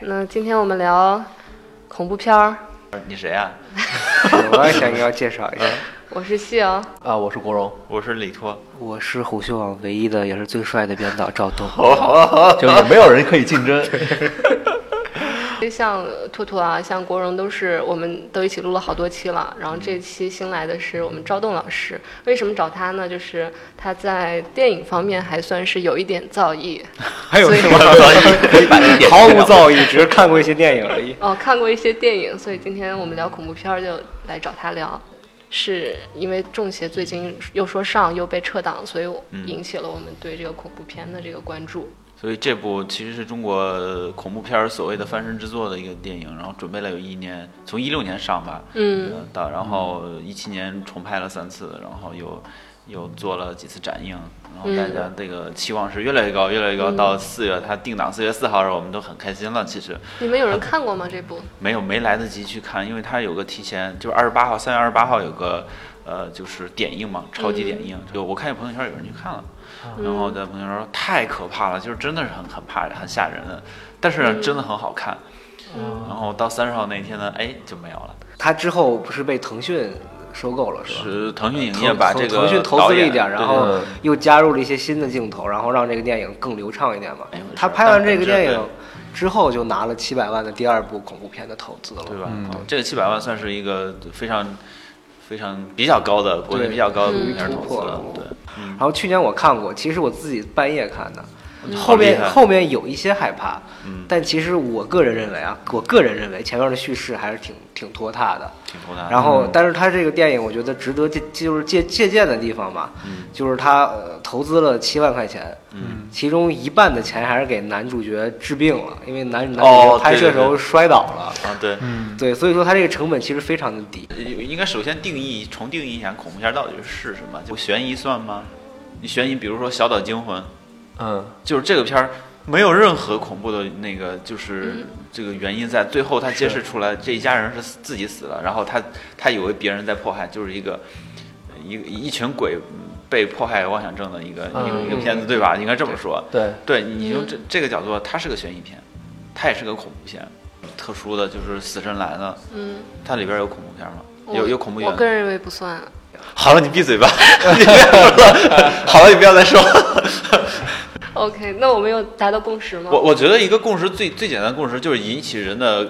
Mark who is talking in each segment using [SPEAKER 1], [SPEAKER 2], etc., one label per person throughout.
[SPEAKER 1] 那今天我们聊恐怖片儿，
[SPEAKER 2] 你谁啊呀、
[SPEAKER 3] 我也想要介绍一下，
[SPEAKER 1] 我是夕阳。
[SPEAKER 4] 啊，我是国荣。
[SPEAKER 2] 我是李 托。
[SPEAKER 3] 我是虎嗅网唯一的也是最帅的编导赵东。哦
[SPEAKER 4] 就是没有人可以竞争。
[SPEAKER 1] 就像兔兔啊，像国荣都是我们都一起录了好多期了。然后这期新来的是我们赵栋老师，为什么找他呢？就是他在电影方面还算是有一点造诣，
[SPEAKER 3] 还有
[SPEAKER 1] 所以
[SPEAKER 3] 什么 毫无造诣，只是看过一些电影而已。
[SPEAKER 1] 哦，看过一些电影，所以今天我们聊恐怖片儿就来找他聊，是因为《中邪》最近又说上又被撤档，所以
[SPEAKER 2] 嗯
[SPEAKER 1] 引起了我们对这个恐怖片的这个关注。
[SPEAKER 2] 所以这部其实是中国呃恐怖片儿所谓的翻身之作的一个电影，然后准备了有一年，从一六年上吧，
[SPEAKER 1] 嗯，
[SPEAKER 2] 呃到然后一七年重拍了三次，然后又又做了几次展映，然后大
[SPEAKER 1] 嗯
[SPEAKER 2] 家这个期望是越来越高，越来越高。
[SPEAKER 1] 嗯
[SPEAKER 2] 到四月，它定档四月四号的时候，我们都很开心了。其实
[SPEAKER 1] 你们有人看过吗？这部？
[SPEAKER 2] 没有没来得及去看，因为它有个提前，就是二十八号，三月二十八号有个呃，就是点映嘛，超级点映。
[SPEAKER 3] 嗯
[SPEAKER 2] 就我看见朋友圈有人去看了，然后在朋友圈说太可怕了，就是真的是很很怕很吓人的，但是呢
[SPEAKER 1] 嗯
[SPEAKER 2] 真的很好看。
[SPEAKER 3] 嗯
[SPEAKER 2] 然后到三十号那一天呢，哎就没有了。
[SPEAKER 3] 他之后不是被腾讯收购了，是吧？
[SPEAKER 2] 是腾讯影业
[SPEAKER 3] 腾
[SPEAKER 2] 把这
[SPEAKER 3] 腾
[SPEAKER 2] 个
[SPEAKER 3] 腾讯投
[SPEAKER 2] 导
[SPEAKER 3] 资了
[SPEAKER 2] 演
[SPEAKER 3] 一点，
[SPEAKER 2] 对嗯
[SPEAKER 3] 然
[SPEAKER 2] 对
[SPEAKER 3] 后
[SPEAKER 4] 对
[SPEAKER 3] 又加入了一些新的镜头，然后让这个电影更流畅一点嘛
[SPEAKER 2] 哎呦。
[SPEAKER 3] 他
[SPEAKER 2] 是
[SPEAKER 3] 拍完
[SPEAKER 2] 但
[SPEAKER 3] 这
[SPEAKER 2] 但
[SPEAKER 3] 个
[SPEAKER 2] 是
[SPEAKER 3] 电影之后，就拿了七百万的第二部恐怖片的投资了，
[SPEAKER 2] 对吧？
[SPEAKER 4] 嗯
[SPEAKER 2] 哦这个七百万算是一个非常非常比较高的国内
[SPEAKER 3] 对
[SPEAKER 2] 比较高的
[SPEAKER 1] 嗯
[SPEAKER 2] 影片
[SPEAKER 3] 突
[SPEAKER 2] 投资
[SPEAKER 3] 破
[SPEAKER 2] 了
[SPEAKER 3] 了，
[SPEAKER 2] 对。嗯
[SPEAKER 3] 然后去年我看过，其实我自己半夜看的，
[SPEAKER 2] 好
[SPEAKER 3] 后
[SPEAKER 2] 厉
[SPEAKER 3] 面
[SPEAKER 2] 害
[SPEAKER 3] 后面有一些害怕，
[SPEAKER 2] 嗯
[SPEAKER 3] 但其实我个人认为啊，我个人认为前面的叙事还是挺挺拖沓的。
[SPEAKER 2] 挺头大的。
[SPEAKER 3] 然后，但是他这个电影，我觉得值得借就是借借鉴的地方吧，
[SPEAKER 2] 嗯
[SPEAKER 3] 就是他、呃投资了七万块钱，
[SPEAKER 2] 嗯，
[SPEAKER 3] 其中一半的钱还是给男主角治病了，因为男男主
[SPEAKER 2] 哦
[SPEAKER 3] 角拍摄时
[SPEAKER 2] 对对
[SPEAKER 3] 候
[SPEAKER 2] 对
[SPEAKER 3] 摔倒了，
[SPEAKER 2] 啊对，
[SPEAKER 4] 嗯，
[SPEAKER 3] 对，所以说他这个成本其实非常的低。
[SPEAKER 2] 应该首先定义重定义一下恐怖片到底是什么？就悬疑算吗？你悬疑，比如说《小岛惊魂》，
[SPEAKER 4] 嗯，
[SPEAKER 2] 就是这个片儿没有任何恐怖的那个，就是
[SPEAKER 1] 嗯
[SPEAKER 2] 这个原因在。最后他揭示出来，这一家人是死自己死了，然后他他以为别人在迫害，就是一个一一群鬼被迫害妄想症的一个、一个
[SPEAKER 4] 嗯
[SPEAKER 2] 一个片子，对吧？应该这么说。
[SPEAKER 4] 对，
[SPEAKER 2] 对你用
[SPEAKER 1] 嗯
[SPEAKER 2] 这这个角度，它是个悬疑片，它也是个恐怖片。特殊的就是《死神来了
[SPEAKER 1] 嗯，》，
[SPEAKER 2] 它里边有恐怖片吗？
[SPEAKER 1] 我
[SPEAKER 2] 有有恐怖元
[SPEAKER 1] 我个人认为不算。
[SPEAKER 2] 好了，你闭嘴吧， 你不要了。好了，你不要再说。
[SPEAKER 1] OK，那我们有达到共识吗？
[SPEAKER 2] 我我觉得一个共识最最简单的共识就是引起人的呃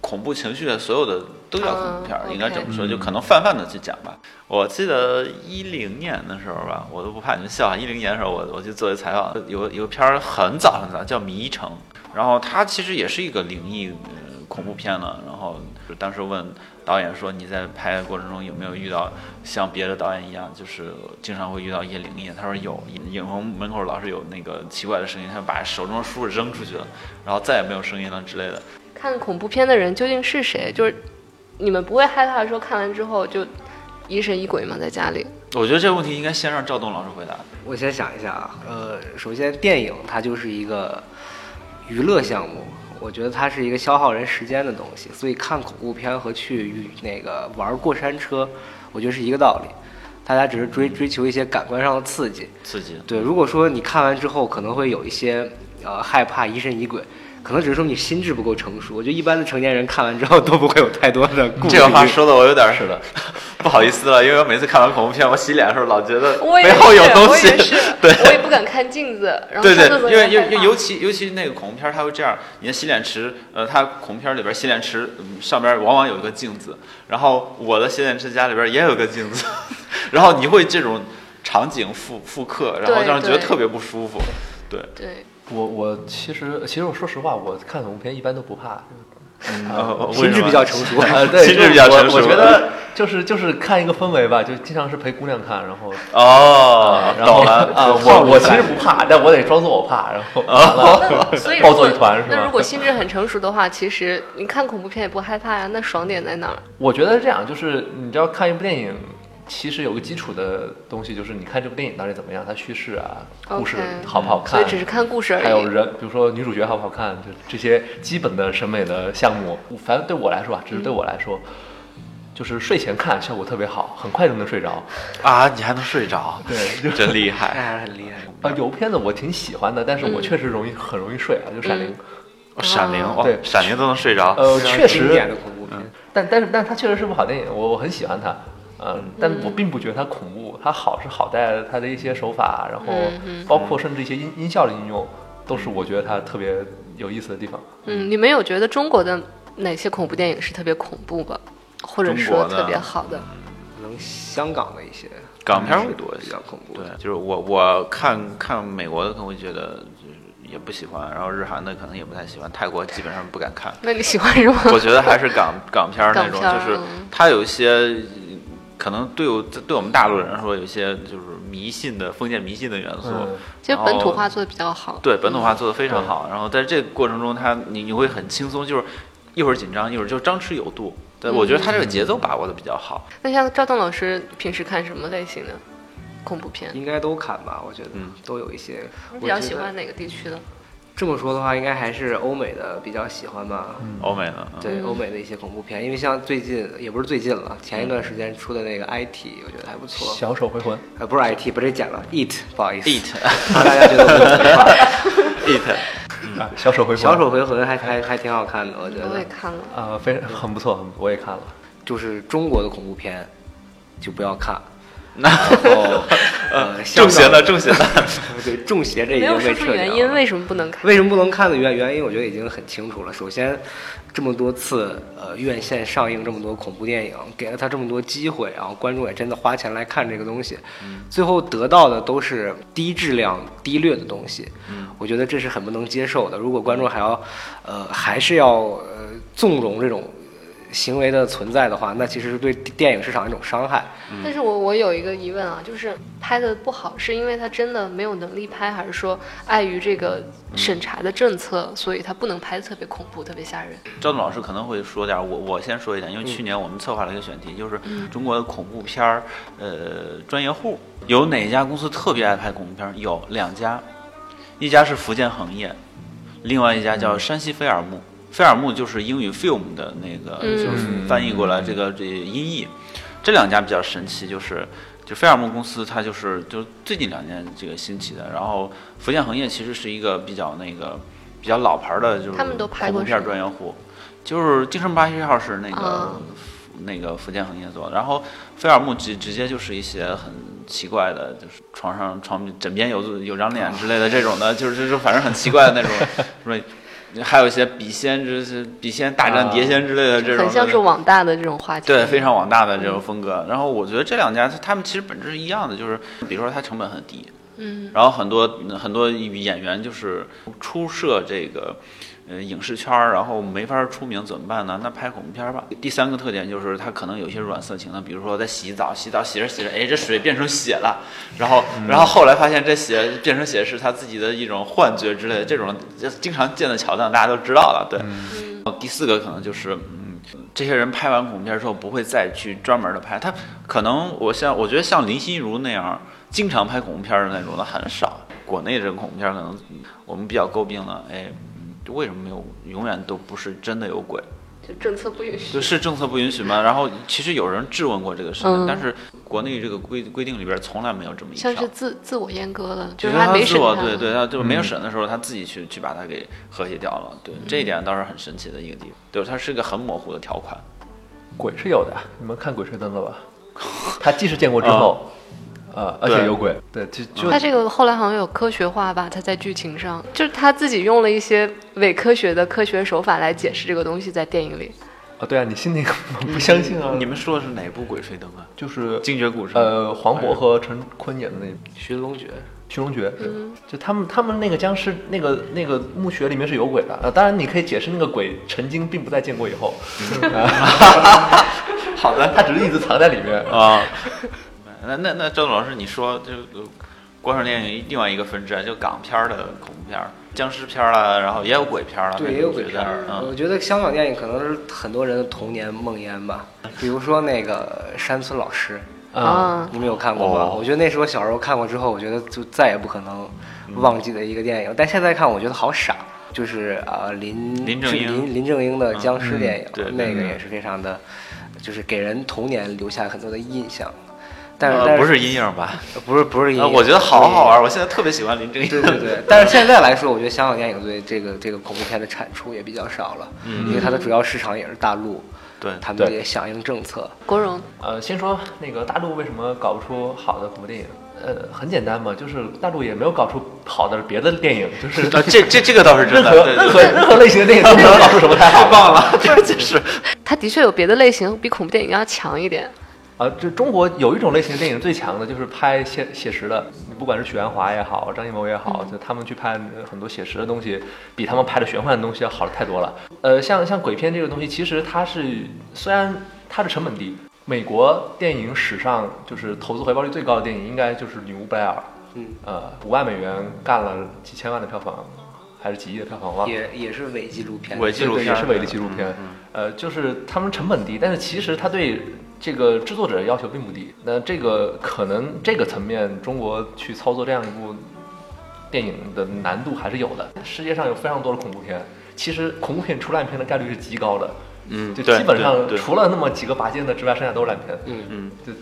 [SPEAKER 2] 恐怖情绪的所有的都叫恐怖片儿，
[SPEAKER 1] 嗯
[SPEAKER 2] 应该这么说，
[SPEAKER 4] OK
[SPEAKER 2] 就可能泛泛的去讲吧。我记得一零年的时候吧，我都不怕你们笑啊。一零年的时候我，我去做一采访，有有个片儿很早很早叫《迷城》，然后它其实也是一个灵异、呃、恐怖片了。然后就当时问导演说你在拍的过程中有没有遇到像别的导演一样，就是经常会遇到一些灵异？他说有，影棚门口老是有那个奇怪的声音，他把手中的书扔出去了，然后再也没有声音了之类的。
[SPEAKER 1] 看恐怖片的人究竟是谁？就是你们不会害怕说看完之后就疑神疑鬼吗？在家里？
[SPEAKER 2] 我觉得这个问题应该先让赵栋老师回答。
[SPEAKER 3] 我先想一下啊，呃，首先电影它就是一个娱乐项目，我觉得它是一个消耗人时间的东西，所以看恐怖片和去与那个玩过山车，我觉得是一个道理。大家只是
[SPEAKER 2] 嗯
[SPEAKER 3] 追追求一些感官上的刺激，
[SPEAKER 2] 刺激，
[SPEAKER 3] 对。如果说你看完之后可能会有一些呃害怕、疑神疑鬼，可能只是说明你心智不够成熟。我觉得一般的成年人看完之后都不会有太多的顾虑。
[SPEAKER 2] 这个话说的我有点儿 不好意思了，因为我每次看完恐怖片，我洗脸的时候老觉得
[SPEAKER 1] 我也
[SPEAKER 2] 背
[SPEAKER 1] 是，
[SPEAKER 2] 后有东
[SPEAKER 1] 我
[SPEAKER 2] 西，
[SPEAKER 1] 也是，
[SPEAKER 2] 对。
[SPEAKER 1] 我也不敢看镜子，然后
[SPEAKER 2] 对
[SPEAKER 1] 上厕所
[SPEAKER 2] 对，因为
[SPEAKER 1] 也害
[SPEAKER 2] 尤
[SPEAKER 1] 怕
[SPEAKER 2] 尤尤其尤其那个恐怖片儿，它会这样，你的洗脸池，呃，它恐怖片儿里边儿洗脸池、嗯上边儿往往有一个镜子，然后我的洗脸池家里边儿也有个镜子， 然后你会这种场景复复刻，然后
[SPEAKER 1] 对
[SPEAKER 2] 让人觉得
[SPEAKER 1] 对
[SPEAKER 2] 特别不舒服。对，
[SPEAKER 1] 对，
[SPEAKER 4] 我我其实其实我说实话，我看恐怖片一般 都不怕。
[SPEAKER 2] 呃为
[SPEAKER 3] 心
[SPEAKER 2] 什
[SPEAKER 3] 智
[SPEAKER 2] 么
[SPEAKER 3] 比较成 熟。
[SPEAKER 4] 啊，对，
[SPEAKER 2] 心
[SPEAKER 4] 就
[SPEAKER 2] 智啊
[SPEAKER 4] 是
[SPEAKER 2] 比较
[SPEAKER 4] 我
[SPEAKER 2] 成熟
[SPEAKER 4] 我觉得就是就是看一个氛围吧，就经常是陪姑娘看，然 后
[SPEAKER 2] 哦，
[SPEAKER 4] 然后
[SPEAKER 2] 懂了
[SPEAKER 4] 啊，
[SPEAKER 2] 少
[SPEAKER 4] 我
[SPEAKER 2] 女
[SPEAKER 4] 我其
[SPEAKER 2] 感
[SPEAKER 4] 实不怕，但我得装作我怕，然 后
[SPEAKER 2] 啊
[SPEAKER 4] 完了
[SPEAKER 1] 所以如
[SPEAKER 4] 抱作
[SPEAKER 1] 果
[SPEAKER 4] 一团是
[SPEAKER 1] 那
[SPEAKER 4] 吧
[SPEAKER 1] 如？果心智很成熟的话，其实你看恐怖片也不害怕呀、那爽点在哪儿？
[SPEAKER 4] 我觉得这样就是，你知道看一部电影，其实有个基础的东西，就是你看这部电影到底怎么样，它叙事啊，
[SPEAKER 1] OK
[SPEAKER 4] 故事好不好
[SPEAKER 1] 所
[SPEAKER 4] 看
[SPEAKER 1] 以，只是看故事而已。
[SPEAKER 4] 还有人，比如说女主角好不好看，就这些基本的审美的项目。反正对我来说啊，只是对我来说，就是睡前看效果特别好，很快就能睡着。
[SPEAKER 2] 啊，你还能睡着，
[SPEAKER 4] 对，就
[SPEAKER 2] 真厉
[SPEAKER 3] 哎，
[SPEAKER 2] 害。
[SPEAKER 3] 还是很厉害。
[SPEAKER 4] 啊，有部片子我挺喜欢的，但是我
[SPEAKER 1] 嗯
[SPEAKER 4] 确实容易很容易睡啊，就《闪灵》
[SPEAKER 1] 嗯
[SPEAKER 2] 哦闪灵，哇
[SPEAKER 4] 对，
[SPEAKER 2] 闪灵都能睡着。
[SPEAKER 4] 呃，
[SPEAKER 3] 非常
[SPEAKER 4] 确
[SPEAKER 3] 啊经
[SPEAKER 4] 实
[SPEAKER 3] 典的恐怖片。
[SPEAKER 4] 但但是但它确实是部好电影，我我很喜欢它，嗯，但我并不觉得它恐怖，它好是好在它的一些手法，然后
[SPEAKER 1] 嗯嗯
[SPEAKER 4] 包括甚至一些音音效的应用，都是我觉得它特别有意思的地方。
[SPEAKER 1] 嗯，你们有觉得中国的哪些恐怖电影是特别恐怖吧，或者说
[SPEAKER 2] 中国的
[SPEAKER 1] 特别好的？
[SPEAKER 3] 可能香港的一些
[SPEAKER 2] 港片儿
[SPEAKER 3] 是
[SPEAKER 2] 会多一
[SPEAKER 3] 比
[SPEAKER 2] 些
[SPEAKER 3] 较恐怖
[SPEAKER 2] 对
[SPEAKER 3] 的。，
[SPEAKER 2] 就是我我看看美国的可能会觉得就是也不喜欢，然后日韩的可能也不太喜欢，泰国基本上不敢看。
[SPEAKER 1] 那你喜欢什么？
[SPEAKER 2] 我觉得还是港港片儿那种，
[SPEAKER 1] 港片儿
[SPEAKER 2] 就是
[SPEAKER 1] 嗯
[SPEAKER 2] 它有一些可能对我对我们大陆人来说，有一些就是迷信的封建迷信的元素。
[SPEAKER 4] 嗯
[SPEAKER 1] 其实本土化做的比较好。
[SPEAKER 2] 对本土化做得非常好，然后在这个过程中它，你你会很轻松，就是一会儿紧张，一会儿就张弛有度。对，我觉得他这个节奏把握的比较好。
[SPEAKER 1] 嗯那像赵栋老师平时看什么类型的恐怖片？
[SPEAKER 3] 应该都看吧，我觉得
[SPEAKER 2] 嗯
[SPEAKER 3] 都有一些。我
[SPEAKER 1] 比较
[SPEAKER 3] 觉
[SPEAKER 1] 喜
[SPEAKER 3] 得
[SPEAKER 1] 欢哪个地区的？
[SPEAKER 3] 这么说的话，应该还是欧美的比较喜欢吧。
[SPEAKER 2] 欧美的，嗯
[SPEAKER 3] 对欧美的一些恐怖片，因为像最近也不是最近了，前一段时间出的那个 IT，我觉得还不错。
[SPEAKER 4] 小手回魂，
[SPEAKER 3] 呃，不是 IT，不是剪了，IT，不好意思
[SPEAKER 2] It
[SPEAKER 3] 怕 大家觉得我们
[SPEAKER 2] It，
[SPEAKER 4] 啊，小手回魂，
[SPEAKER 3] 嗯小手回魂还还还挺好看的，我觉
[SPEAKER 1] 我也
[SPEAKER 3] 得。
[SPEAKER 1] 看了。
[SPEAKER 4] 啊，非常很不错，很我也看了。
[SPEAKER 3] 就是中国的恐怖片，就不要看。
[SPEAKER 2] 那哦
[SPEAKER 3] 然后，呃，
[SPEAKER 2] 中邪
[SPEAKER 3] 邪
[SPEAKER 2] 了，，中邪了。
[SPEAKER 3] 对，中邪这已
[SPEAKER 1] 没有
[SPEAKER 3] 经
[SPEAKER 1] 说
[SPEAKER 3] 被
[SPEAKER 1] 出
[SPEAKER 3] 撤
[SPEAKER 1] 原
[SPEAKER 3] 掉
[SPEAKER 1] 因，
[SPEAKER 3] 了。
[SPEAKER 1] 为什么不能看？
[SPEAKER 3] 为什么不能看的原原因，我觉得已经很清楚了。首先，这么多次呃院线上映这么多恐怖电影，给了他这么多机会，然后观众也真的花钱来看这个东西，最后得到的都是低质量、低劣的东西。我觉得这是很不能接受的。如果观众还要呃还是要呃纵容这种呃行为的存在的话，那其实是对电影市场一种伤害。
[SPEAKER 2] 嗯
[SPEAKER 1] 但是我我有一个疑问啊，就是拍的不好，是因为他真的没有能力拍，还是说碍于这个
[SPEAKER 2] 嗯
[SPEAKER 1] 审查的政策，所以他不能拍的特别恐怖、特别吓人？
[SPEAKER 2] 赵总老师可能会说点儿，我我先说一
[SPEAKER 1] 嗯
[SPEAKER 2] 点，因为去年我们策划了一个选题，就是中国的恐怖片儿，呃，专业户有哪家公司特别爱拍恐怖片儿？有两家，一家是福建恒业，另外一家叫山西菲尔木。菲尔木就是英语 film 的那个，
[SPEAKER 1] 嗯
[SPEAKER 2] 就是翻译过来这个这音译。这两家比较神奇，就是就菲尔木公司，它就是就是最近两年这个兴起的。然后福建恒业其实是一个比较那个比较老牌儿的，就是
[SPEAKER 1] 他们都拍
[SPEAKER 2] 恐
[SPEAKER 1] 过
[SPEAKER 2] 怖片儿
[SPEAKER 1] 什么
[SPEAKER 2] 专业户。就是《京城八十一号》是那个、
[SPEAKER 1] 啊
[SPEAKER 2] 那个福建恒业做的，然后菲尔木直直接就是一些很奇怪的，就是床上床枕边有有张脸之类的这种 的，就是就是反正很奇怪的那种，什么还有一些笔仙之笔仙大战碟仙之类的这种的，
[SPEAKER 1] 很像是网大的这种话题。
[SPEAKER 2] 对，非常网大的这种风格。然后我觉得这两家，它他们其实本质是一样的，就是比如说它成本很低，
[SPEAKER 1] 嗯，
[SPEAKER 2] 然后很多很多演员就是出涉这个。呃，影视圈儿，然后没法儿出名怎么办呢？那拍恐怖片儿吧。第三个特点就是它可能有一些软色情的，比如说在洗澡，洗澡洗着洗着，哎，这水变成血了，然后然后后来发现这血变成血是他自己的一种幻觉之类的，这种就经常见的桥段大家都知道了，对。然后第四个可能就是，嗯，这些人拍完恐怖片之后不会再去专门的拍，他可能我像我觉得像林心如那样经常拍恐怖片的那种的很少，国内这种恐怖片可能我们比较诟病了，哎，嗯为什么没有永远都不是真的有鬼？
[SPEAKER 1] 就政策不允许。
[SPEAKER 2] 就是政策不允许吗？然后其实有人质问过这个事情，
[SPEAKER 1] 嗯
[SPEAKER 2] 但是国内这个规规定里边从来没有这么一条
[SPEAKER 1] 像。是自自我阉割了，就
[SPEAKER 2] 就
[SPEAKER 1] 是是他
[SPEAKER 2] 他
[SPEAKER 1] 没
[SPEAKER 2] 自
[SPEAKER 1] 审
[SPEAKER 2] 我
[SPEAKER 1] 查。
[SPEAKER 2] 对对，他就是没有
[SPEAKER 4] 嗯
[SPEAKER 2] 审的时候，他自己去去把它给和谐掉了。对，这一点倒是很神奇的一个地方。对，它是一个很模糊的条款。
[SPEAKER 4] 鬼是有的，你们看《鬼吹灯》了吧？他既是建国之后，呃，而且
[SPEAKER 2] 对
[SPEAKER 4] 有鬼，对，就就
[SPEAKER 1] 他这个后来好像有科学化吧，他在剧情上，就是他自己用了一些伪科学的科学手法来解释这个东西，在电影里。
[SPEAKER 4] 啊，对啊，你信那个 不相信啊？
[SPEAKER 2] 你们说的是哪部《鬼吹灯》啊？
[SPEAKER 4] 就是
[SPEAKER 2] 惊觉故事。
[SPEAKER 4] 呃，黄渤和陈坤演的那《
[SPEAKER 3] 寻龙诀，
[SPEAKER 4] 寻龙诀》，就他们他们那个僵尸那个那个墓穴里面是有鬼的，呃，当然你可以解释那个鬼曾经并不在建国以后，
[SPEAKER 2] 好的
[SPEAKER 4] 他只是一直藏在里面。
[SPEAKER 2] 啊。 那那那郑老师，你说就呃国产电影另外一个分支啊，就港片儿的恐怖片儿、僵尸片儿啦，然后也有鬼片儿啦，
[SPEAKER 3] 对，
[SPEAKER 2] 那
[SPEAKER 3] 也有
[SPEAKER 2] 种
[SPEAKER 3] 鬼片儿。
[SPEAKER 2] 嗯
[SPEAKER 3] 我觉得香港电影可能是很多人的童年梦魇吧，比如说那个山村老师，
[SPEAKER 4] 啊，
[SPEAKER 1] 嗯
[SPEAKER 3] 你们有看过吗？
[SPEAKER 2] 哦
[SPEAKER 3] 我觉得那是我小时候看过之后，我觉得就再也不可能
[SPEAKER 2] 嗯
[SPEAKER 3] 忘记的一个电影。但现在看，我觉得好傻。就是啊、呃林
[SPEAKER 2] 林正英嗯
[SPEAKER 3] 林林正英的僵尸电影，
[SPEAKER 2] 嗯对
[SPEAKER 3] 那个也是非常的，就是给人童年留下很多的印象。但是
[SPEAKER 2] 呃
[SPEAKER 3] 但
[SPEAKER 2] 不是阴影吧？
[SPEAKER 3] 不是不是阴
[SPEAKER 2] 啊，
[SPEAKER 3] 影，
[SPEAKER 2] 我觉得好好
[SPEAKER 3] 玩。
[SPEAKER 2] 玩，我现在特别喜欢林正英。
[SPEAKER 3] 对对对，但是现在来说，我觉得香港电影对这个这个恐怖片的产出也比较少了，
[SPEAKER 2] 嗯
[SPEAKER 3] 因为它的主要市场也是大陆，
[SPEAKER 2] 对
[SPEAKER 3] 他们
[SPEAKER 4] 对
[SPEAKER 3] 也响应政策。
[SPEAKER 1] 国荣
[SPEAKER 4] 呃，先说那个大陆为什么搞不出好的恐怖电影？呃，很简单嘛，就是大陆也没有搞出好的别的电影，就是
[SPEAKER 2] 啊，这这这个倒是真
[SPEAKER 4] 任
[SPEAKER 2] 的，
[SPEAKER 4] 何
[SPEAKER 2] 对
[SPEAKER 4] 任何
[SPEAKER 2] 对对，
[SPEAKER 4] 任何类型的电影都没有搞出什么太
[SPEAKER 2] 太
[SPEAKER 4] 好的。
[SPEAKER 2] 棒了， 这就是
[SPEAKER 1] 它的确有别的类型比恐怖电影要强一点。
[SPEAKER 4] 啊，这中国有一种类型的电影最强的就是拍写写实的，不管是许鞍华也好，张艺谋也好，就他们去拍呃很多写实的东西，比他们拍的玄幻的东西要好的太多了。呃，像像鬼片这个东西，其实它是虽然它的成本低，美国电影史上就是投资回报率最高的电影，应该就是《女巫布莱尔》，
[SPEAKER 3] 嗯，
[SPEAKER 4] 呃，五万美元干了几千万的票房，还是几亿的票房忘了。
[SPEAKER 3] 也也是伪纪录片，
[SPEAKER 2] 伪纪录片
[SPEAKER 4] 也是伪的纪录片，
[SPEAKER 2] 嗯
[SPEAKER 4] 呃，就是他们成本低，但是其实他对这个制作者要求并不低。那这个可能这个层面，中国去操作这样一部电影的难度还是有的。世界上有非常多的恐怖片，其实恐怖片出烂片的概率是极高的，
[SPEAKER 2] 嗯，
[SPEAKER 4] 就
[SPEAKER 2] 对
[SPEAKER 4] 基本上
[SPEAKER 2] 对对
[SPEAKER 4] 除了那么几个拔尖的之外，剩下都是烂片。
[SPEAKER 3] 嗯
[SPEAKER 2] 嗯，
[SPEAKER 4] 就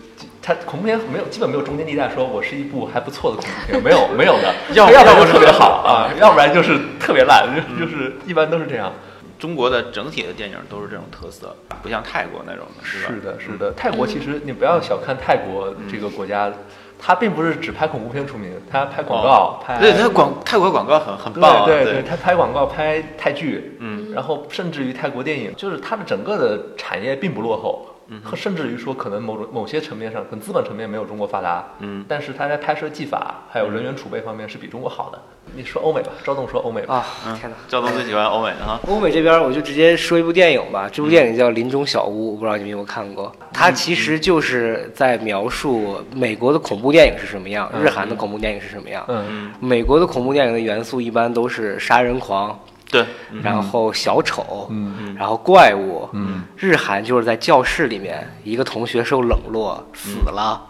[SPEAKER 4] 它恐怖片没有，基本没有中间地带，说我是一部还不错的恐怖片，没有没有的，
[SPEAKER 2] 要不
[SPEAKER 4] 要
[SPEAKER 2] 要不
[SPEAKER 4] 然
[SPEAKER 2] 是
[SPEAKER 4] 就特别好啊，要不然就是特别烂，就就是一般都是这样。
[SPEAKER 2] 中国的整体的电影都是这种特色，不像泰国那种的，是吧？
[SPEAKER 4] 是的，是的，泰国其实你不要小看泰国这个国家，它并不是只拍恐怖片出名，它拍广告，
[SPEAKER 2] 哦
[SPEAKER 4] 拍
[SPEAKER 2] 对，那广泰国广告很很
[SPEAKER 4] 对
[SPEAKER 2] 棒啊，
[SPEAKER 4] 对对，它拍广告，拍泰剧，
[SPEAKER 2] 嗯，
[SPEAKER 4] 然后甚至于泰国电影，就是它的整个的产业并不落后。和甚至于说，可能某种某些层面上，可能资本层面没有中国发达，
[SPEAKER 2] 嗯
[SPEAKER 4] 但是它在拍摄技法还有人员储备方面是比中国好的。你说欧美吧，赵栋说欧美吧，
[SPEAKER 3] 啊，
[SPEAKER 2] 嗯
[SPEAKER 3] 天哪！
[SPEAKER 2] 赵东最喜欢欧美的哈，
[SPEAKER 3] 欧美这边儿我就直接说一部电影吧，这部
[SPEAKER 2] 嗯
[SPEAKER 3] 电影叫《林中小屋》，我不知道你们有没有看过。它其实就是在描述美国的恐怖电影是什么样，
[SPEAKER 4] 嗯
[SPEAKER 3] 日韩的恐怖电影是什么样。
[SPEAKER 4] 嗯，
[SPEAKER 3] 美国的恐怖电影的元素一般都是杀人狂，
[SPEAKER 2] 对，嗯
[SPEAKER 3] 然后小丑，
[SPEAKER 4] 嗯
[SPEAKER 3] 然后怪物，
[SPEAKER 4] 嗯，
[SPEAKER 3] 日韩就是在教室里面，一个同学受冷落死了，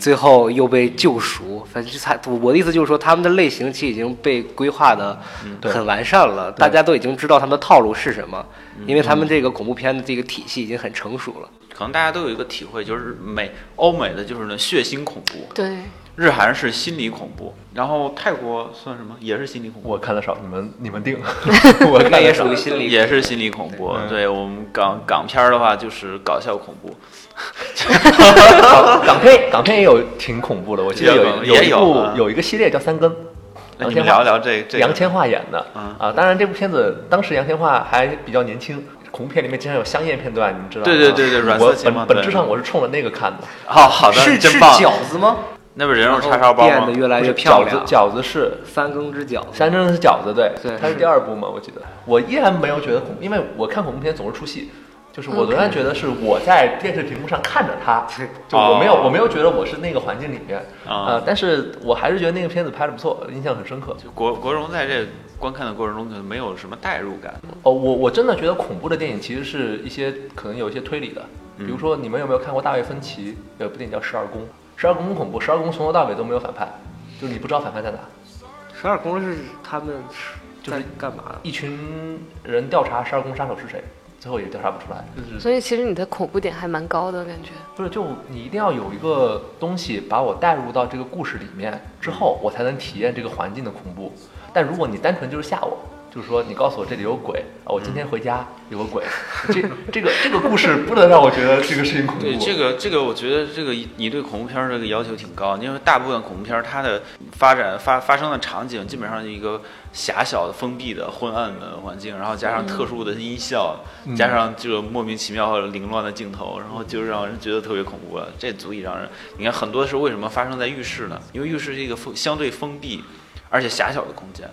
[SPEAKER 3] 最后又被救赎。反正就他，我的意思就是说，他们的类型其实已经被规划的
[SPEAKER 4] 对
[SPEAKER 3] 很完善了，大家都已经知道他们的套路是什么，因为他们这个恐怖片的这个体系已经很成熟了。
[SPEAKER 2] 可能大家都有一个体会，就是美欧美的就是那血腥恐怖，
[SPEAKER 1] 对，
[SPEAKER 2] 日韩是心理恐怖，然后泰国算什么？也是心理恐怖。
[SPEAKER 4] 我看的少，你们你们定，我看
[SPEAKER 3] 那
[SPEAKER 4] 的
[SPEAKER 3] 也
[SPEAKER 4] 少
[SPEAKER 3] 属于心理，
[SPEAKER 2] 也是心理恐怖，
[SPEAKER 4] 嗯
[SPEAKER 2] 对我们港港片儿的话就是搞笑恐怖，
[SPEAKER 4] 哦港港片港片也有挺恐怖的，我记得
[SPEAKER 2] 也有
[SPEAKER 4] 有
[SPEAKER 2] 也
[SPEAKER 4] 一
[SPEAKER 2] 有
[SPEAKER 4] 部
[SPEAKER 2] 啊
[SPEAKER 4] 有一个系列叫《三更》，
[SPEAKER 2] 那
[SPEAKER 4] 杨
[SPEAKER 2] 你们
[SPEAKER 4] 千
[SPEAKER 2] 聊
[SPEAKER 4] 嬅
[SPEAKER 2] 聊这这个
[SPEAKER 4] 杨千嬅演的
[SPEAKER 2] 嗯
[SPEAKER 4] 啊。当然，这部片子当时杨千嬅还比较年轻，恐怖片里面经常有香艳片段，你们知道吗？
[SPEAKER 2] 对对对对软色
[SPEAKER 4] 我
[SPEAKER 2] 情嘛
[SPEAKER 4] 本
[SPEAKER 2] 对
[SPEAKER 4] 本质上我是冲着那个看的，
[SPEAKER 2] 哦，好的，
[SPEAKER 3] 是
[SPEAKER 2] 真
[SPEAKER 3] 是
[SPEAKER 2] 棒。
[SPEAKER 3] 饺子吗？
[SPEAKER 2] 那不是人肉叉
[SPEAKER 3] 然
[SPEAKER 2] 烧
[SPEAKER 3] 后
[SPEAKER 2] 包
[SPEAKER 3] 变得
[SPEAKER 2] 吗？
[SPEAKER 3] 越来
[SPEAKER 4] 不
[SPEAKER 3] 越
[SPEAKER 4] 是
[SPEAKER 3] 漂
[SPEAKER 4] 饺
[SPEAKER 3] 亮。
[SPEAKER 4] 子饺子是
[SPEAKER 3] 三更之饺子，
[SPEAKER 4] 山珍是饺子，对，
[SPEAKER 3] 对
[SPEAKER 4] 它是
[SPEAKER 3] 是
[SPEAKER 4] 第二部嘛，我记得。我依然没有觉得恐怖，因为我看恐怖片总是出戏，就是
[SPEAKER 2] 嗯
[SPEAKER 4] 我仍然觉得是我在电视屏幕上看着它，就我没有
[SPEAKER 2] 哦
[SPEAKER 4] 我没有觉得我是那个环境里面，
[SPEAKER 2] 啊
[SPEAKER 4] 呃，但是我还是觉得那个片子拍的不错，印象很深刻。
[SPEAKER 2] 就国国荣在这观看的过程中，可能没有什么代入感。
[SPEAKER 4] 哦，我我真的觉得恐怖的电影其实是一些可能有一些推理的，比如说你们有没有看过大卫芬奇有一部电影叫《十二宫》？十二宫很恐怖，十二宫从头到尾都没有反派，就是你不知道反派在哪。
[SPEAKER 3] 十二宫是他们是
[SPEAKER 4] 就是
[SPEAKER 3] 在干嘛？
[SPEAKER 4] 一群人调查十二宫杀手是谁，最后也调查不出来。就是
[SPEAKER 2] 嗯
[SPEAKER 1] 所以其实你的恐怖点还蛮高的感觉。
[SPEAKER 4] 不是就你一定要有一个东西把我带入到这个故事里面之后，我才能体验这个环境的恐怖。但如果你单纯就是吓我，就是说你告诉我这里有鬼，啊我今天回家有个鬼，这这个这个故事不能让我觉得这个事情恐怖。
[SPEAKER 2] 对这个这个，我觉得这个你对恐怖片儿这个要求挺高，因为大部分恐怖片儿它的发展发发生的场景基本上是一个狭小的、封闭的、昏暗的环境，然后加
[SPEAKER 3] 嗯
[SPEAKER 2] 上特殊的音效，
[SPEAKER 4] 嗯
[SPEAKER 2] 加上这个莫名其妙和凌乱的镜头，然后就让人觉得特别恐怖了。这足以让人，你看很多是为什么发生在浴室呢？因为浴室是一个封相对封闭而且狭小的空间，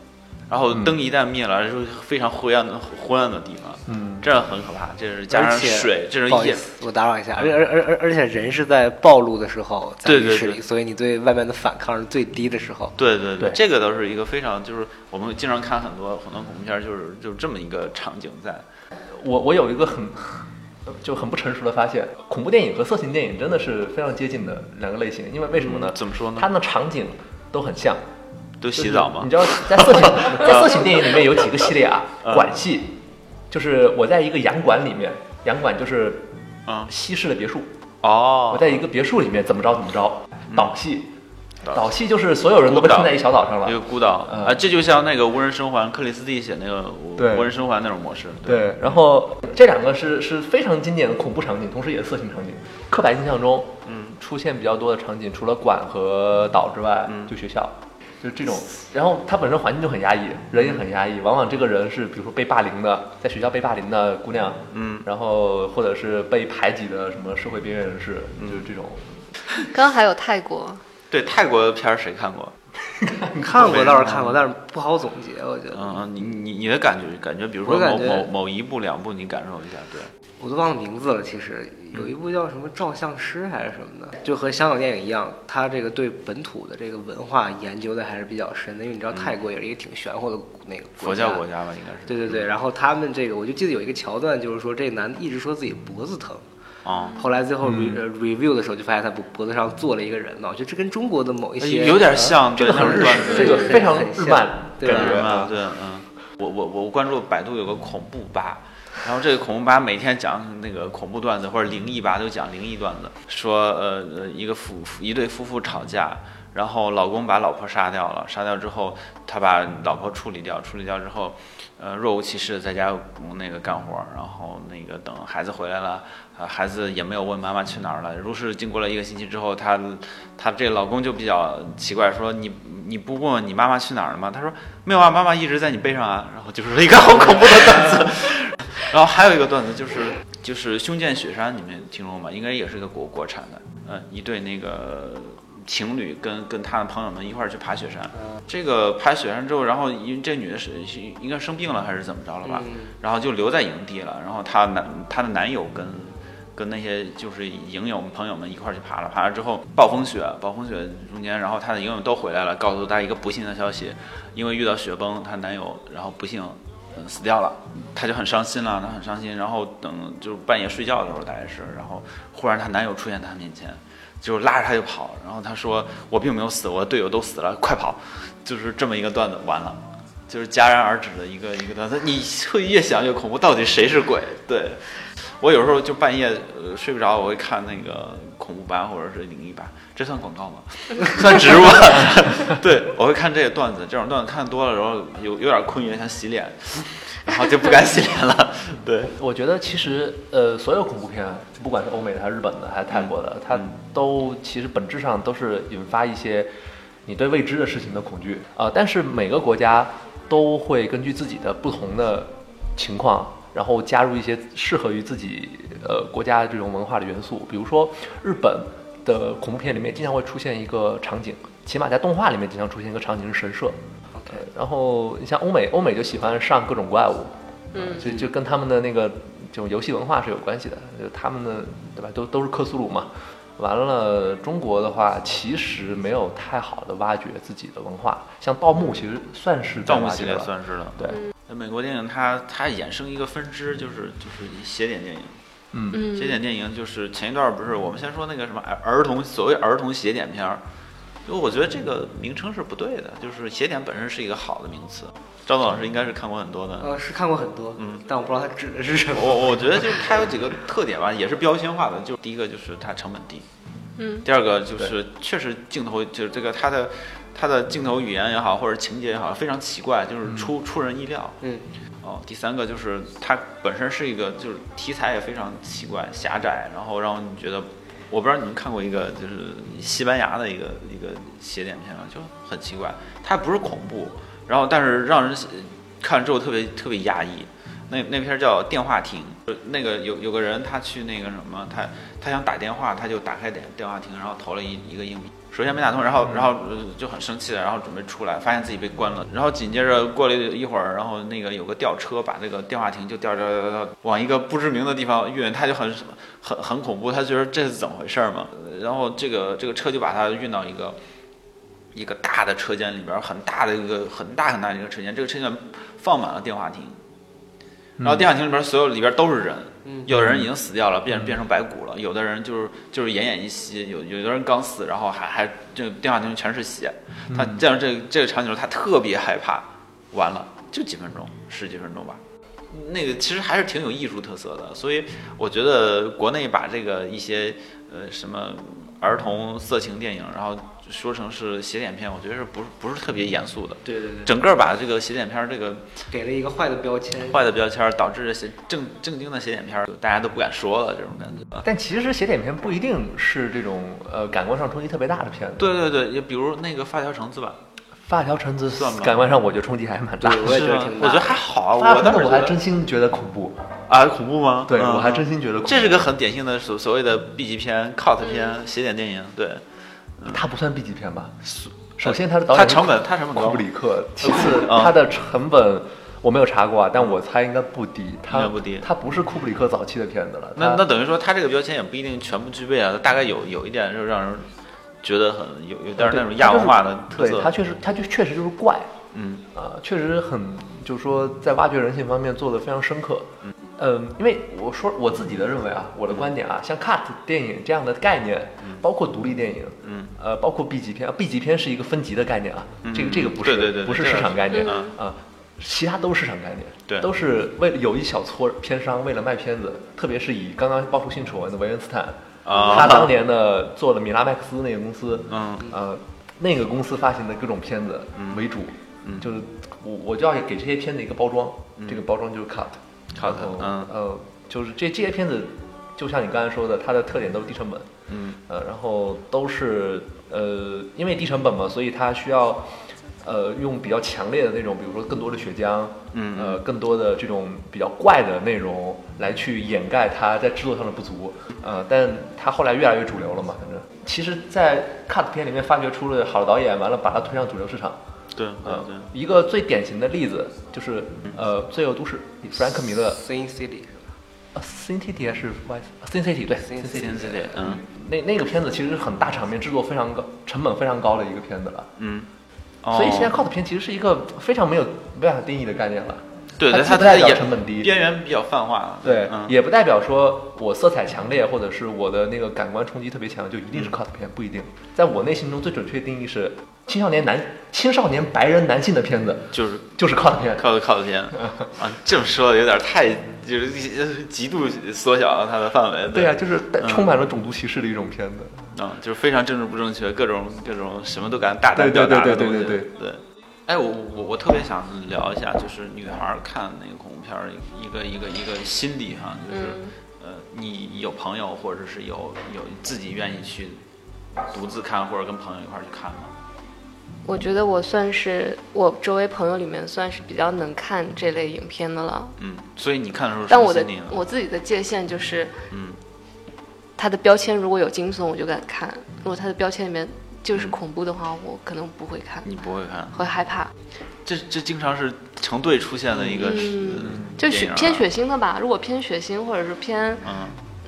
[SPEAKER 2] 然后
[SPEAKER 4] 嗯
[SPEAKER 2] 灯一旦灭了，就是非常灰暗的昏暗的地方。
[SPEAKER 4] 嗯，
[SPEAKER 2] 这样很可怕，这是加
[SPEAKER 3] 而
[SPEAKER 2] 上
[SPEAKER 3] 且
[SPEAKER 2] 水，这是
[SPEAKER 3] 不好意
[SPEAKER 2] 夜
[SPEAKER 3] 思，我打扰一下，而而而而而且人是在暴露的时候
[SPEAKER 2] 嗯
[SPEAKER 3] 在
[SPEAKER 2] 对
[SPEAKER 3] 浴
[SPEAKER 2] 对
[SPEAKER 3] 室里，
[SPEAKER 2] 对
[SPEAKER 3] 所以你对外面的反抗是最低的时候。
[SPEAKER 2] 对对
[SPEAKER 4] 对
[SPEAKER 2] 这个都是一个非常就是我们经常看很多很多恐怖片儿，就是就这么一个场景在。
[SPEAKER 4] 我我有一个很就很不成熟的发现，恐怖电影和色情电影真的是非常接近的两个类型，因为为什么呢？
[SPEAKER 2] 嗯怎么说呢
[SPEAKER 4] 它？的场景都很像。
[SPEAKER 2] 都
[SPEAKER 4] 就是
[SPEAKER 2] 洗澡吗
[SPEAKER 4] 你？知道，在色 情在色情电影里面有几个系列啊？
[SPEAKER 2] 嗯
[SPEAKER 4] 管戏，就是我在一个洋馆里面，洋馆就是
[SPEAKER 2] 啊
[SPEAKER 4] 西式的别墅，
[SPEAKER 2] 哦，嗯
[SPEAKER 4] 我在一个别墅里面怎么着怎么着，岛戏，
[SPEAKER 2] 岛
[SPEAKER 4] 岛戏就是所有人都被困在一小岛上了
[SPEAKER 2] 一。个孤岛
[SPEAKER 4] 嗯
[SPEAKER 2] 啊，这就像那个无人生还，克里斯蒂写那个无
[SPEAKER 4] 对
[SPEAKER 2] 无人生还那种模式。，
[SPEAKER 4] 对，然后这两个是是非常经典的恐怖场景，同时也是色情场景。刻板印象中，嗯，出现比较多的场景，除了馆和岛之外，就学校，就这种。然后它本身环境就很压抑，人也很压抑。往往这个人是，比如说被霸凌的，在学校被霸凌的姑娘，
[SPEAKER 2] 嗯，
[SPEAKER 4] 然后或者是被排挤的什么社会边缘人士，就是这种。
[SPEAKER 1] 刚刚还有泰国，
[SPEAKER 2] 对泰国的片儿谁看过？
[SPEAKER 3] 看过倒是看过，但是不好总结，我觉得。
[SPEAKER 2] 嗯嗯，你你你的感觉感觉，比如说
[SPEAKER 3] 我感
[SPEAKER 2] 某
[SPEAKER 3] 觉
[SPEAKER 2] 某某一部两部，你感受一下，对，
[SPEAKER 3] 我都忘了名字了。其实
[SPEAKER 2] 嗯
[SPEAKER 3] 有一部叫什么《照相师》还是什么的，就和香港电影一样，他这个对本土的这个文化研究的还是比较深的。因为你知道泰国也是一个挺玄乎的那个
[SPEAKER 2] 嗯佛教国嗯家吧，应该是。
[SPEAKER 3] 对对对，然后他们这个，我就记得有一个桥段，就是说这男的一直说自己脖子疼，
[SPEAKER 2] 啊，
[SPEAKER 3] 后来最后
[SPEAKER 4] 嗯
[SPEAKER 3] re、呃 review 的时候就发现他脖脖子上坐了一个人呢。我觉得这跟中国的某
[SPEAKER 4] 哎
[SPEAKER 3] 一些
[SPEAKER 2] 有点像对
[SPEAKER 4] 这个
[SPEAKER 2] 那
[SPEAKER 4] 很
[SPEAKER 2] 种
[SPEAKER 4] 日
[SPEAKER 2] 段子，
[SPEAKER 4] 式这个
[SPEAKER 3] 对
[SPEAKER 4] 非常
[SPEAKER 3] 很
[SPEAKER 4] 日
[SPEAKER 3] 像
[SPEAKER 4] 漫
[SPEAKER 3] 对
[SPEAKER 4] 感
[SPEAKER 3] 吧
[SPEAKER 4] 觉
[SPEAKER 2] 对
[SPEAKER 4] 啊
[SPEAKER 2] 对，嗯，我我我关注百度有个恐怖吧，然后这个恐怖吧每天讲那个恐怖段子或者灵异吧，都讲灵异段子，说呃呃一个夫一对夫妇吵架，然后老公把老婆杀掉了，杀掉之后他把老婆处理掉，处理掉之后，呃若无其事地在家嗯那个干活儿，然后那个等孩子回来了。啊，孩子也没有问妈妈去哪儿了。如是经过了一个星期之后，她她这个老公就比较奇怪，说你你不问问你妈妈去哪儿了吗？她说没有啊，妈妈一直在你背上啊。然后就是一个好恐怖的段子。 然后还有一个段子就是就是《胸见雪山》，你们听说过吗？应该也是一个国国产的，嗯，一对那个情侣跟跟他的朋友们一块儿去爬雪山。这个爬雪山之后，然后因为这女的是是应该生病了还是怎么着了
[SPEAKER 3] 嗯
[SPEAKER 2] 吧？然后就留在营地了。然后她男她的男友跟跟那些就是营友们朋友们一块儿去爬了，爬了之后暴风雪，暴风雪中间，然后她的营友都回来了，告诉她一个不幸的消息，因为遇到雪崩，她男友然后不幸。呃死掉了，她就很伤心了，她很伤心。然后等就是半夜睡觉的时候，大概是，然后忽然她男友出现在她面前，就拉着她就跑。然后她说：“我并没有死，我的队友都死了，快跑！”就是这么一个段子，完了，就是戛然而止的一个一个段子。你会越想越恐怖，到底谁是鬼？对我有时候就半夜呃睡不着，我会看那个恐怖版或者是灵异版，这算广告吗？算植入吧。 对，我会看这些段子，这种段子看多了，然后有有点困晕，想洗脸，然后就不敢洗脸了。 对，
[SPEAKER 4] 我觉得其实呃，所有恐怖片，不管是欧美的还是日本的还是泰国的，它都其实本质上都是引发一些你对未知的事情的恐惧啊、呃但是每个国家都会根据自己的不同的情况，然后加入一些适合于自己呃国家这种文化的元素。比如说日本的恐怖片里面经常会出现一个场景，起码在动画里面经常出现一个场景是神社。
[SPEAKER 3] OK
[SPEAKER 4] 呃然后你像欧美，欧美就喜欢上各种怪物，
[SPEAKER 1] 嗯
[SPEAKER 4] 就就跟他们的那个这种游戏文化是有关系的，就他们的对吧，都都是克苏鲁嘛。完了，中国的话其实没有太好的挖掘自己的文化，像盗墓其实算是在
[SPEAKER 2] 盗墓
[SPEAKER 4] 挖
[SPEAKER 2] 系
[SPEAKER 4] 掘
[SPEAKER 2] 列
[SPEAKER 4] 了，
[SPEAKER 2] 算是了。
[SPEAKER 4] 对，
[SPEAKER 2] 那美国电影它它衍生一个分支，就是就是邪典电影。
[SPEAKER 4] 嗯，
[SPEAKER 1] 嗯
[SPEAKER 2] 邪典电影就是前一段儿不是我们先说那个什么儿儿童所谓儿童邪典片儿，因为我觉得这个名称是不对的，就是邪典本身是一个好的名词。赵总老师应该是看过很多的，
[SPEAKER 3] 呃是看过很多，
[SPEAKER 2] 嗯，
[SPEAKER 3] 但我不知道它指的是什么。
[SPEAKER 2] 我我觉得就是它有几个特点吧，也是标签化的，就第一个就是它成本低，
[SPEAKER 1] 嗯，
[SPEAKER 2] 第二个就是确实镜头就是这个它的它的镜头语言也好，或者情节也好，非常奇怪，就是出出人意料。
[SPEAKER 3] 嗯，
[SPEAKER 2] 哦，第三个就是它本身是一个，就是题材也非常奇怪、狭窄，然后让你觉得，我不知道你们看过一个就是西班牙的一个一个邪典片吗？就很奇怪，它不是恐怖，然后但是让人呃看之后特别特别压抑。那那片儿叫《电话亭》，就那个有有个人他去那个什么，他他想打电话，他就打开电电话亭，然后投了一一个硬币，首先没打通，然后然后呃就很生气了，然后准备出来，发现自己被关了，然后紧接着过了一会儿，然后那个有个吊车把这个电话亭就吊着吊着吊着往一个不知名的地方运，他就很很很恐怖，他觉得这是怎么回事儿嘛，呃然后这个这个车就把他运到一个。一个大的车间里边儿，很大的一个很大很大的一个车间，这个车间放满了电话亭，然后电话亭里边所有里边都是人，
[SPEAKER 3] 嗯
[SPEAKER 2] 有的人已经死掉了，变变成白骨了；有的人就是就是奄奄一息，有有的人刚死，然后还还这电话亭全是血。他见到这个这个场景的时候，他特别害怕，完了就几分钟，十几分钟吧。那个其实还是挺有艺术特色的，所以我觉得国内把这个一些呃什么儿童色情电影，然后说成是邪典片，我觉得是不是不是特别严肃的，
[SPEAKER 4] 嗯
[SPEAKER 3] 对对对，
[SPEAKER 2] 整个把这个邪典片儿这个
[SPEAKER 3] 给了一个坏的标签。
[SPEAKER 2] 坏的标签儿，导致邪正正经的邪典片儿大家都不敢说了，这种感觉吧。
[SPEAKER 4] 但其实写点片不一定是这种呃感官上冲击特别大的片子。，
[SPEAKER 2] 对对对，也比如那个《发条橙子》吧，
[SPEAKER 4] 发条橙子
[SPEAKER 2] 算吗
[SPEAKER 4] 感官上我觉得冲击还蛮大的。
[SPEAKER 3] 对我也
[SPEAKER 2] 是
[SPEAKER 3] 觉得
[SPEAKER 2] 吗
[SPEAKER 3] 挺
[SPEAKER 2] 我觉
[SPEAKER 3] 大
[SPEAKER 2] 得
[SPEAKER 3] 的
[SPEAKER 2] 还好啊，
[SPEAKER 4] 发
[SPEAKER 2] 我
[SPEAKER 4] 条橙
[SPEAKER 2] 当
[SPEAKER 4] 子
[SPEAKER 2] 时
[SPEAKER 4] 我还
[SPEAKER 2] 觉得
[SPEAKER 4] 真心觉得恐怖，
[SPEAKER 2] 啊恐怖吗？
[SPEAKER 4] 对
[SPEAKER 2] 嗯
[SPEAKER 4] 我还真心觉得恐怖。
[SPEAKER 2] 这是个很典型的所所谓的 B 级片、cult
[SPEAKER 4] 嗯
[SPEAKER 2] 片、邪典电影，对，
[SPEAKER 4] 它不算 B 级片吧？首先，它的导
[SPEAKER 2] 呃它
[SPEAKER 4] 演
[SPEAKER 2] 成本它成本
[SPEAKER 4] 库
[SPEAKER 2] 高
[SPEAKER 4] 布，里克，其次
[SPEAKER 2] 嗯
[SPEAKER 4] 它的成本我没有查过啊，但我猜应该不低。它
[SPEAKER 2] 应该不低
[SPEAKER 4] 它不是库布里克早期的片子了。
[SPEAKER 2] 那
[SPEAKER 4] 它
[SPEAKER 2] 那等于说它这个标签也不一定全部具备啊，大概有有一点就让人觉得很有有点那种亚文化的特
[SPEAKER 4] 对，它
[SPEAKER 2] 色，
[SPEAKER 4] 确实，它就确实就是怪
[SPEAKER 2] 嗯
[SPEAKER 4] 啊、确实很，就是说在挖掘人性方面做的非常深刻。嗯因为我说我自己的认为啊，我的观点啊，像 cut 电影这样的概念，包括独立电影，
[SPEAKER 2] 嗯，
[SPEAKER 4] 呃，包括 B 级片啊，B 级片是一个分级的概念啊，
[SPEAKER 2] 嗯
[SPEAKER 4] 这个这个不是
[SPEAKER 2] 对对对
[SPEAKER 4] 不是
[SPEAKER 2] 这个
[SPEAKER 4] 市场概念
[SPEAKER 1] 嗯
[SPEAKER 4] 啊、其他都是市场概念，
[SPEAKER 2] 对
[SPEAKER 4] 都是为了有一小撮片商为了卖片子，特别是以刚刚爆出性丑闻的维恩斯坦，
[SPEAKER 2] 啊
[SPEAKER 4] 嗯他当年的做的米拉麦克斯那个公司，
[SPEAKER 2] 嗯
[SPEAKER 4] 呃，那个公司发行的各种片子为主，
[SPEAKER 2] 嗯
[SPEAKER 4] 就是我我就要给这些片子一个包装，这个包装就是 cut，
[SPEAKER 2] cut，
[SPEAKER 4] 然后
[SPEAKER 2] 嗯
[SPEAKER 4] 呃，就是这这些片子，就像你刚才说的，它的特点都是低成本，
[SPEAKER 2] 嗯，
[SPEAKER 4] 呃，然后都是呃，因为低成本嘛，所以它需要呃用比较强烈的那种，比如说更多的血浆，
[SPEAKER 2] 嗯
[SPEAKER 4] 呃，更多的这种比较怪的内容来去掩盖它在制作上的不足，呃，但它后来越来越主流了嘛，反正其实，在 cut 片里面发掘出了好的导演，完了把它推向主流市场。
[SPEAKER 2] 对对
[SPEAKER 4] 呃
[SPEAKER 2] 对，，
[SPEAKER 4] 一个最典型的例子就是，呃，《罪恶都市》弗兰克·米勒，
[SPEAKER 3] Sin City
[SPEAKER 4] 啊，Sin City 还是 Y Sin City 对
[SPEAKER 3] Sin
[SPEAKER 4] City，
[SPEAKER 2] 天之恋，嗯
[SPEAKER 4] 那那个片子其实很大场面，制作非常高，成本非常高的一个片子了。
[SPEAKER 2] 嗯，
[SPEAKER 4] 所以现在
[SPEAKER 2] 哦
[SPEAKER 4] cult 片其实是一个非常没有没法定义的概念了。
[SPEAKER 2] 对对，
[SPEAKER 4] 它
[SPEAKER 2] 它
[SPEAKER 4] 不代表
[SPEAKER 2] 也
[SPEAKER 4] 成本低
[SPEAKER 2] 边缘比较泛化了，
[SPEAKER 4] 对，
[SPEAKER 2] 嗯
[SPEAKER 4] 也不代表说我色彩强烈，或者是我的那个感官冲击特别强，就一
[SPEAKER 2] 嗯
[SPEAKER 4] 定是 cult 片，不一定。在我内心中最准确的定义是，青少年男青少年白人男性的片子
[SPEAKER 2] 就是
[SPEAKER 4] 就是 cult 片。
[SPEAKER 2] 靠的靠的 片啊，这么说有点太就是极度缩小了它的范围。
[SPEAKER 4] 对啊，就是带
[SPEAKER 2] 嗯
[SPEAKER 4] 充满了种族歧视的一种片子。
[SPEAKER 2] 嗯，就是非常政治不正确，各种各种什么都敢大胆
[SPEAKER 4] 对对
[SPEAKER 2] 表达的
[SPEAKER 4] 对
[SPEAKER 2] 东西。
[SPEAKER 4] 对对
[SPEAKER 2] 对哎，我我我特别想聊一下，就是女孩儿看那个恐怖片儿一个一个一个心理哈，就是、
[SPEAKER 1] 嗯
[SPEAKER 2] 呃，你有朋友或者是有有自己愿意去独自看，或者跟朋友一块儿去看吗？
[SPEAKER 1] 我觉得我算是我周围朋友里面算是比较能看这类影片的了，
[SPEAKER 2] 嗯，所以你看的时候是
[SPEAKER 1] 但我的
[SPEAKER 2] 心里呢
[SPEAKER 1] 我自己的界限就是，
[SPEAKER 2] 嗯，
[SPEAKER 1] 它的标签如果有惊悚我就敢看，如果它的标签里面就是恐怖的话，我可能不会看，
[SPEAKER 2] 你不会看，
[SPEAKER 1] 会害怕。
[SPEAKER 2] 这这经常是成对出现的一个、
[SPEAKER 1] 嗯
[SPEAKER 2] 呃
[SPEAKER 1] 就
[SPEAKER 2] 电
[SPEAKER 1] 血
[SPEAKER 2] 影啊
[SPEAKER 1] 偏血腥的吧，如果偏血腥或者是偏
[SPEAKER 2] 嗯，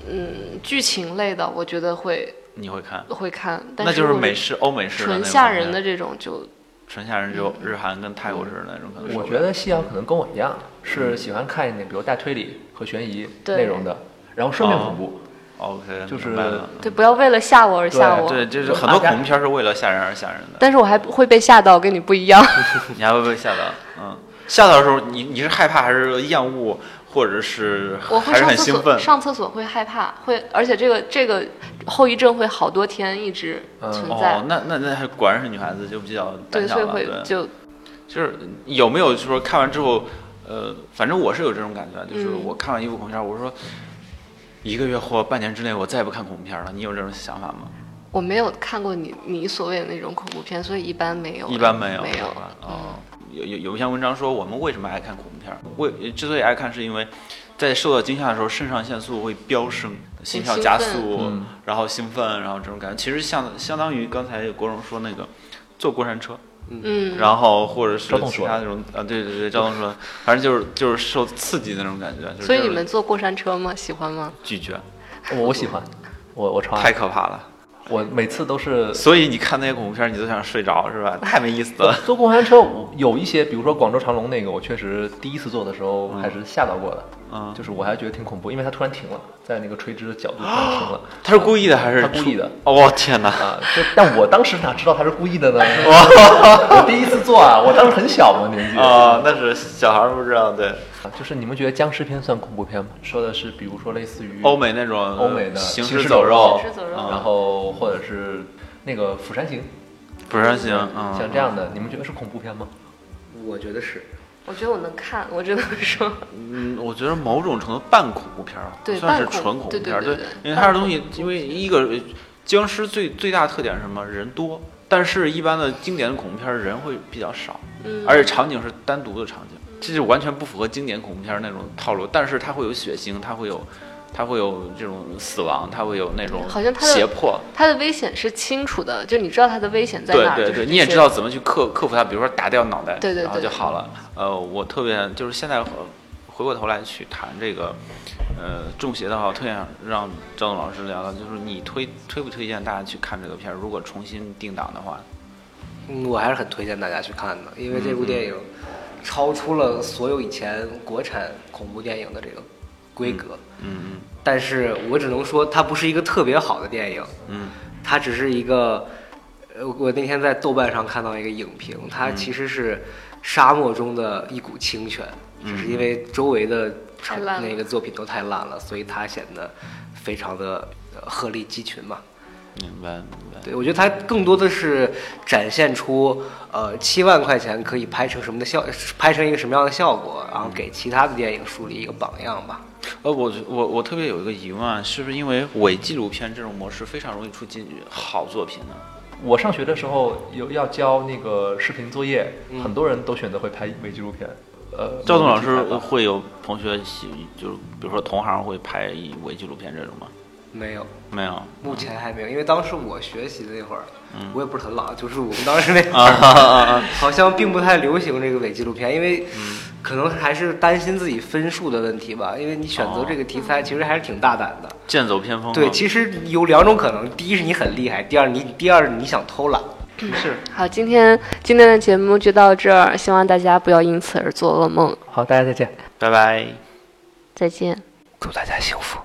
[SPEAKER 1] 嗯剧情类的，我觉得会
[SPEAKER 2] 你会看，
[SPEAKER 1] 会看，但
[SPEAKER 2] 那就是
[SPEAKER 1] 如果
[SPEAKER 2] 美式、欧美式的那
[SPEAKER 1] 纯
[SPEAKER 2] 种
[SPEAKER 1] 吓人
[SPEAKER 2] 片
[SPEAKER 1] 的这种就
[SPEAKER 2] 纯吓人，只
[SPEAKER 1] 嗯
[SPEAKER 2] 有日韩跟泰国式的那种，可能受
[SPEAKER 4] 我
[SPEAKER 2] 不
[SPEAKER 4] 觉
[SPEAKER 2] 了
[SPEAKER 4] 得西洋可能跟我一样，
[SPEAKER 2] 嗯
[SPEAKER 4] 是喜欢看一点比如带推理和悬疑
[SPEAKER 1] 对
[SPEAKER 4] 内容的，然后顺便恐
[SPEAKER 2] 哦
[SPEAKER 4] 怖。
[SPEAKER 2] OK，
[SPEAKER 4] 就是
[SPEAKER 2] 明白了
[SPEAKER 1] 对，不要为了吓我而吓
[SPEAKER 4] 对
[SPEAKER 1] 我。
[SPEAKER 2] 嗯对，就是很多恐怖片是为了吓人而吓人的，
[SPEAKER 1] 但是我还会被吓到，跟你不一 样。
[SPEAKER 2] 你还会被吓到，嗯，吓到的时候，你你是害怕还是厌恶，或者是
[SPEAKER 1] 我会
[SPEAKER 2] 还是
[SPEAKER 1] 上
[SPEAKER 2] 很
[SPEAKER 1] 厕
[SPEAKER 2] 兴奋
[SPEAKER 1] 所，？上厕所会害怕，会，而且这个这个后遗症会好多天一直
[SPEAKER 4] 嗯
[SPEAKER 1] 存在。
[SPEAKER 2] 哦，那那那还果然是女孩子就比较胆
[SPEAKER 1] 对，
[SPEAKER 2] 小
[SPEAKER 1] 所以
[SPEAKER 2] 了，
[SPEAKER 1] 会
[SPEAKER 2] 对，
[SPEAKER 1] 就
[SPEAKER 2] 就是有没有就说看完之后，呃，反正我是有这种感觉，就是
[SPEAKER 1] 嗯
[SPEAKER 2] 我看完一部恐怖片，我说一个月或半年之内我再也不看恐怖片了，你有这种想法吗？
[SPEAKER 1] 我没有看过你你所谓的那种恐怖片，所以一般没有，
[SPEAKER 2] 一般没有，
[SPEAKER 1] 没有嗯
[SPEAKER 2] 是。吧哦，有有有一篇文章说，我们为什么爱看恐怖片儿？为之所以爱看，是因为在受到惊吓的时候，肾上腺素会飙升，心跳加
[SPEAKER 1] 嗯兴
[SPEAKER 2] 速，
[SPEAKER 4] 嗯
[SPEAKER 2] 然后兴奋，然后这种感觉，其实相相当于刚才国荣说那个坐过山车，
[SPEAKER 1] 嗯，
[SPEAKER 2] 然后或者是
[SPEAKER 4] 交通
[SPEAKER 2] 其他那种啊，对对对，交通车，反正就是就是受刺激的那种感觉。就是
[SPEAKER 1] 所以
[SPEAKER 2] 这
[SPEAKER 1] 你
[SPEAKER 2] 种
[SPEAKER 1] 们坐过山车吗？喜欢吗？
[SPEAKER 2] 拒绝
[SPEAKER 4] 啊我我喜欢，我我超
[SPEAKER 2] 太
[SPEAKER 4] 爱，
[SPEAKER 2] 可怕了，
[SPEAKER 4] 我每次都是
[SPEAKER 2] 所以你看那些恐怖片儿，你都想睡着是吧？太没意思 了。
[SPEAKER 4] 坐过山车，我有一些，比如说广州长隆那个，我确实第一次坐的时候还是吓到过的，
[SPEAKER 2] 嗯，
[SPEAKER 4] 就是我还觉得挺恐怖，因为它突然停了，在那个垂直的角度突然停 了
[SPEAKER 2] 他是故意的还是
[SPEAKER 4] 他故意的？
[SPEAKER 2] 哦，我天哪！
[SPEAKER 4] 啊，就但我当时哪知道他是故 意的呢？我第一次坐啊，我当时很小嘛年 纪，
[SPEAKER 2] 啊、那是小孩儿不知道，对，
[SPEAKER 4] 就是你们觉得僵尸片算恐怖片吗？说的是比如说类似于
[SPEAKER 2] 欧美那种
[SPEAKER 4] 欧美的
[SPEAKER 2] 行
[SPEAKER 4] 行尸
[SPEAKER 2] 走
[SPEAKER 4] 走肉
[SPEAKER 1] 行尸走肉
[SPEAKER 2] 嗯
[SPEAKER 4] 然后或者是那个《釜山行
[SPEAKER 2] 不是很》行，嗯，
[SPEAKER 4] 像这样的，你们觉得是恐怖片吗？
[SPEAKER 3] 我觉得是，
[SPEAKER 1] 我觉得我能看，我只能说，
[SPEAKER 2] 嗯，我觉得某种程度半恐怖片儿，
[SPEAKER 1] 对
[SPEAKER 2] 不算是
[SPEAKER 1] 半恐
[SPEAKER 2] 纯恐怖
[SPEAKER 1] 对对
[SPEAKER 2] 片儿，
[SPEAKER 1] 对对
[SPEAKER 2] 因为它这东西，因为一个呃僵尸最最大特点是什么？人多，但是一般的经典的恐怖片儿人会比较少，
[SPEAKER 1] 嗯，
[SPEAKER 2] 而且场景是单独的场景，这就完全不符合经典恐怖片儿那种套路。但是它会有血腥，它会有，它会有这种死亡，它会有那种
[SPEAKER 1] 好像它的
[SPEAKER 2] 胁迫，
[SPEAKER 1] 它的危险是清楚的，就你知道它的危险在
[SPEAKER 2] 对
[SPEAKER 1] 哪儿，
[SPEAKER 2] 对
[SPEAKER 1] 就是
[SPEAKER 2] 对，
[SPEAKER 1] 这
[SPEAKER 2] 你也
[SPEAKER 1] 些
[SPEAKER 2] 知道怎么去克克服它，比如说打掉脑袋，
[SPEAKER 1] 对对
[SPEAKER 2] 然后
[SPEAKER 1] 对
[SPEAKER 2] 就好了。呃，我特别就是现在呃回过头来去谈这个，呃，中邪的话，我特别想让赵总老师聊聊，就是你推推不推荐大家去看这个片儿？如果重新定档的话，
[SPEAKER 3] 嗯，我还是很推荐大家去看的，因为
[SPEAKER 4] 嗯
[SPEAKER 3] 这部电影超出了所有以前国产恐怖电影的这个规格。
[SPEAKER 2] 嗯
[SPEAKER 3] 但是我只能说，它不是一个特别好的电影，
[SPEAKER 2] 嗯嗯
[SPEAKER 3] 它只是一个，呃，我那天在豆瓣上看到一个影评，它其实是沙漠中的一股清泉，只是因为周围的
[SPEAKER 1] 太烂了
[SPEAKER 3] 那个作品都太烂了，所以它显得非常的呃鹤立鸡群嘛。
[SPEAKER 2] 明白明白。
[SPEAKER 3] 对，我觉得它更多的是展现出，呃，七万块钱可以拍成什么的效，拍成一个什么样的效果，然后给其他的电影树立一个榜样吧。
[SPEAKER 2] 呃，我我我特别有一个疑问啊，是不是因为伪纪录片这种模式非常容易出进好作品呢？
[SPEAKER 4] 我上学的时候有要交那个视频作业，
[SPEAKER 3] 嗯
[SPEAKER 4] 很多人都选择会拍伪纪录片。呃，
[SPEAKER 2] 赵总老师
[SPEAKER 4] 没有题材吧
[SPEAKER 2] 会有同学喜，就是比如说同行会拍一伪纪录片这种吗？
[SPEAKER 3] 没有，
[SPEAKER 2] 没有。
[SPEAKER 3] 目前还没有，因为当时我学习的那会儿，我也不是很老，就是我们当时那会
[SPEAKER 2] 嗯啊
[SPEAKER 3] 儿
[SPEAKER 2] 啊啊！嗯啊
[SPEAKER 3] 好像并不太流行这个伪纪录片，因为可能还是担心自己分数的问题吧。因为你选
[SPEAKER 2] 哦
[SPEAKER 3] 择这个题材，其实还是挺大胆的。
[SPEAKER 2] 剑走偏锋啊。
[SPEAKER 3] 对，其实有两种可能：第一是你很厉害，第二你第二你想偷懒。
[SPEAKER 2] 嗯
[SPEAKER 4] 是
[SPEAKER 1] 好，今天今天的节目就到这儿，希望大家不要因此而做噩梦。
[SPEAKER 4] 好，大家再见，
[SPEAKER 2] 拜拜。
[SPEAKER 1] 再见。
[SPEAKER 3] 祝大家幸福。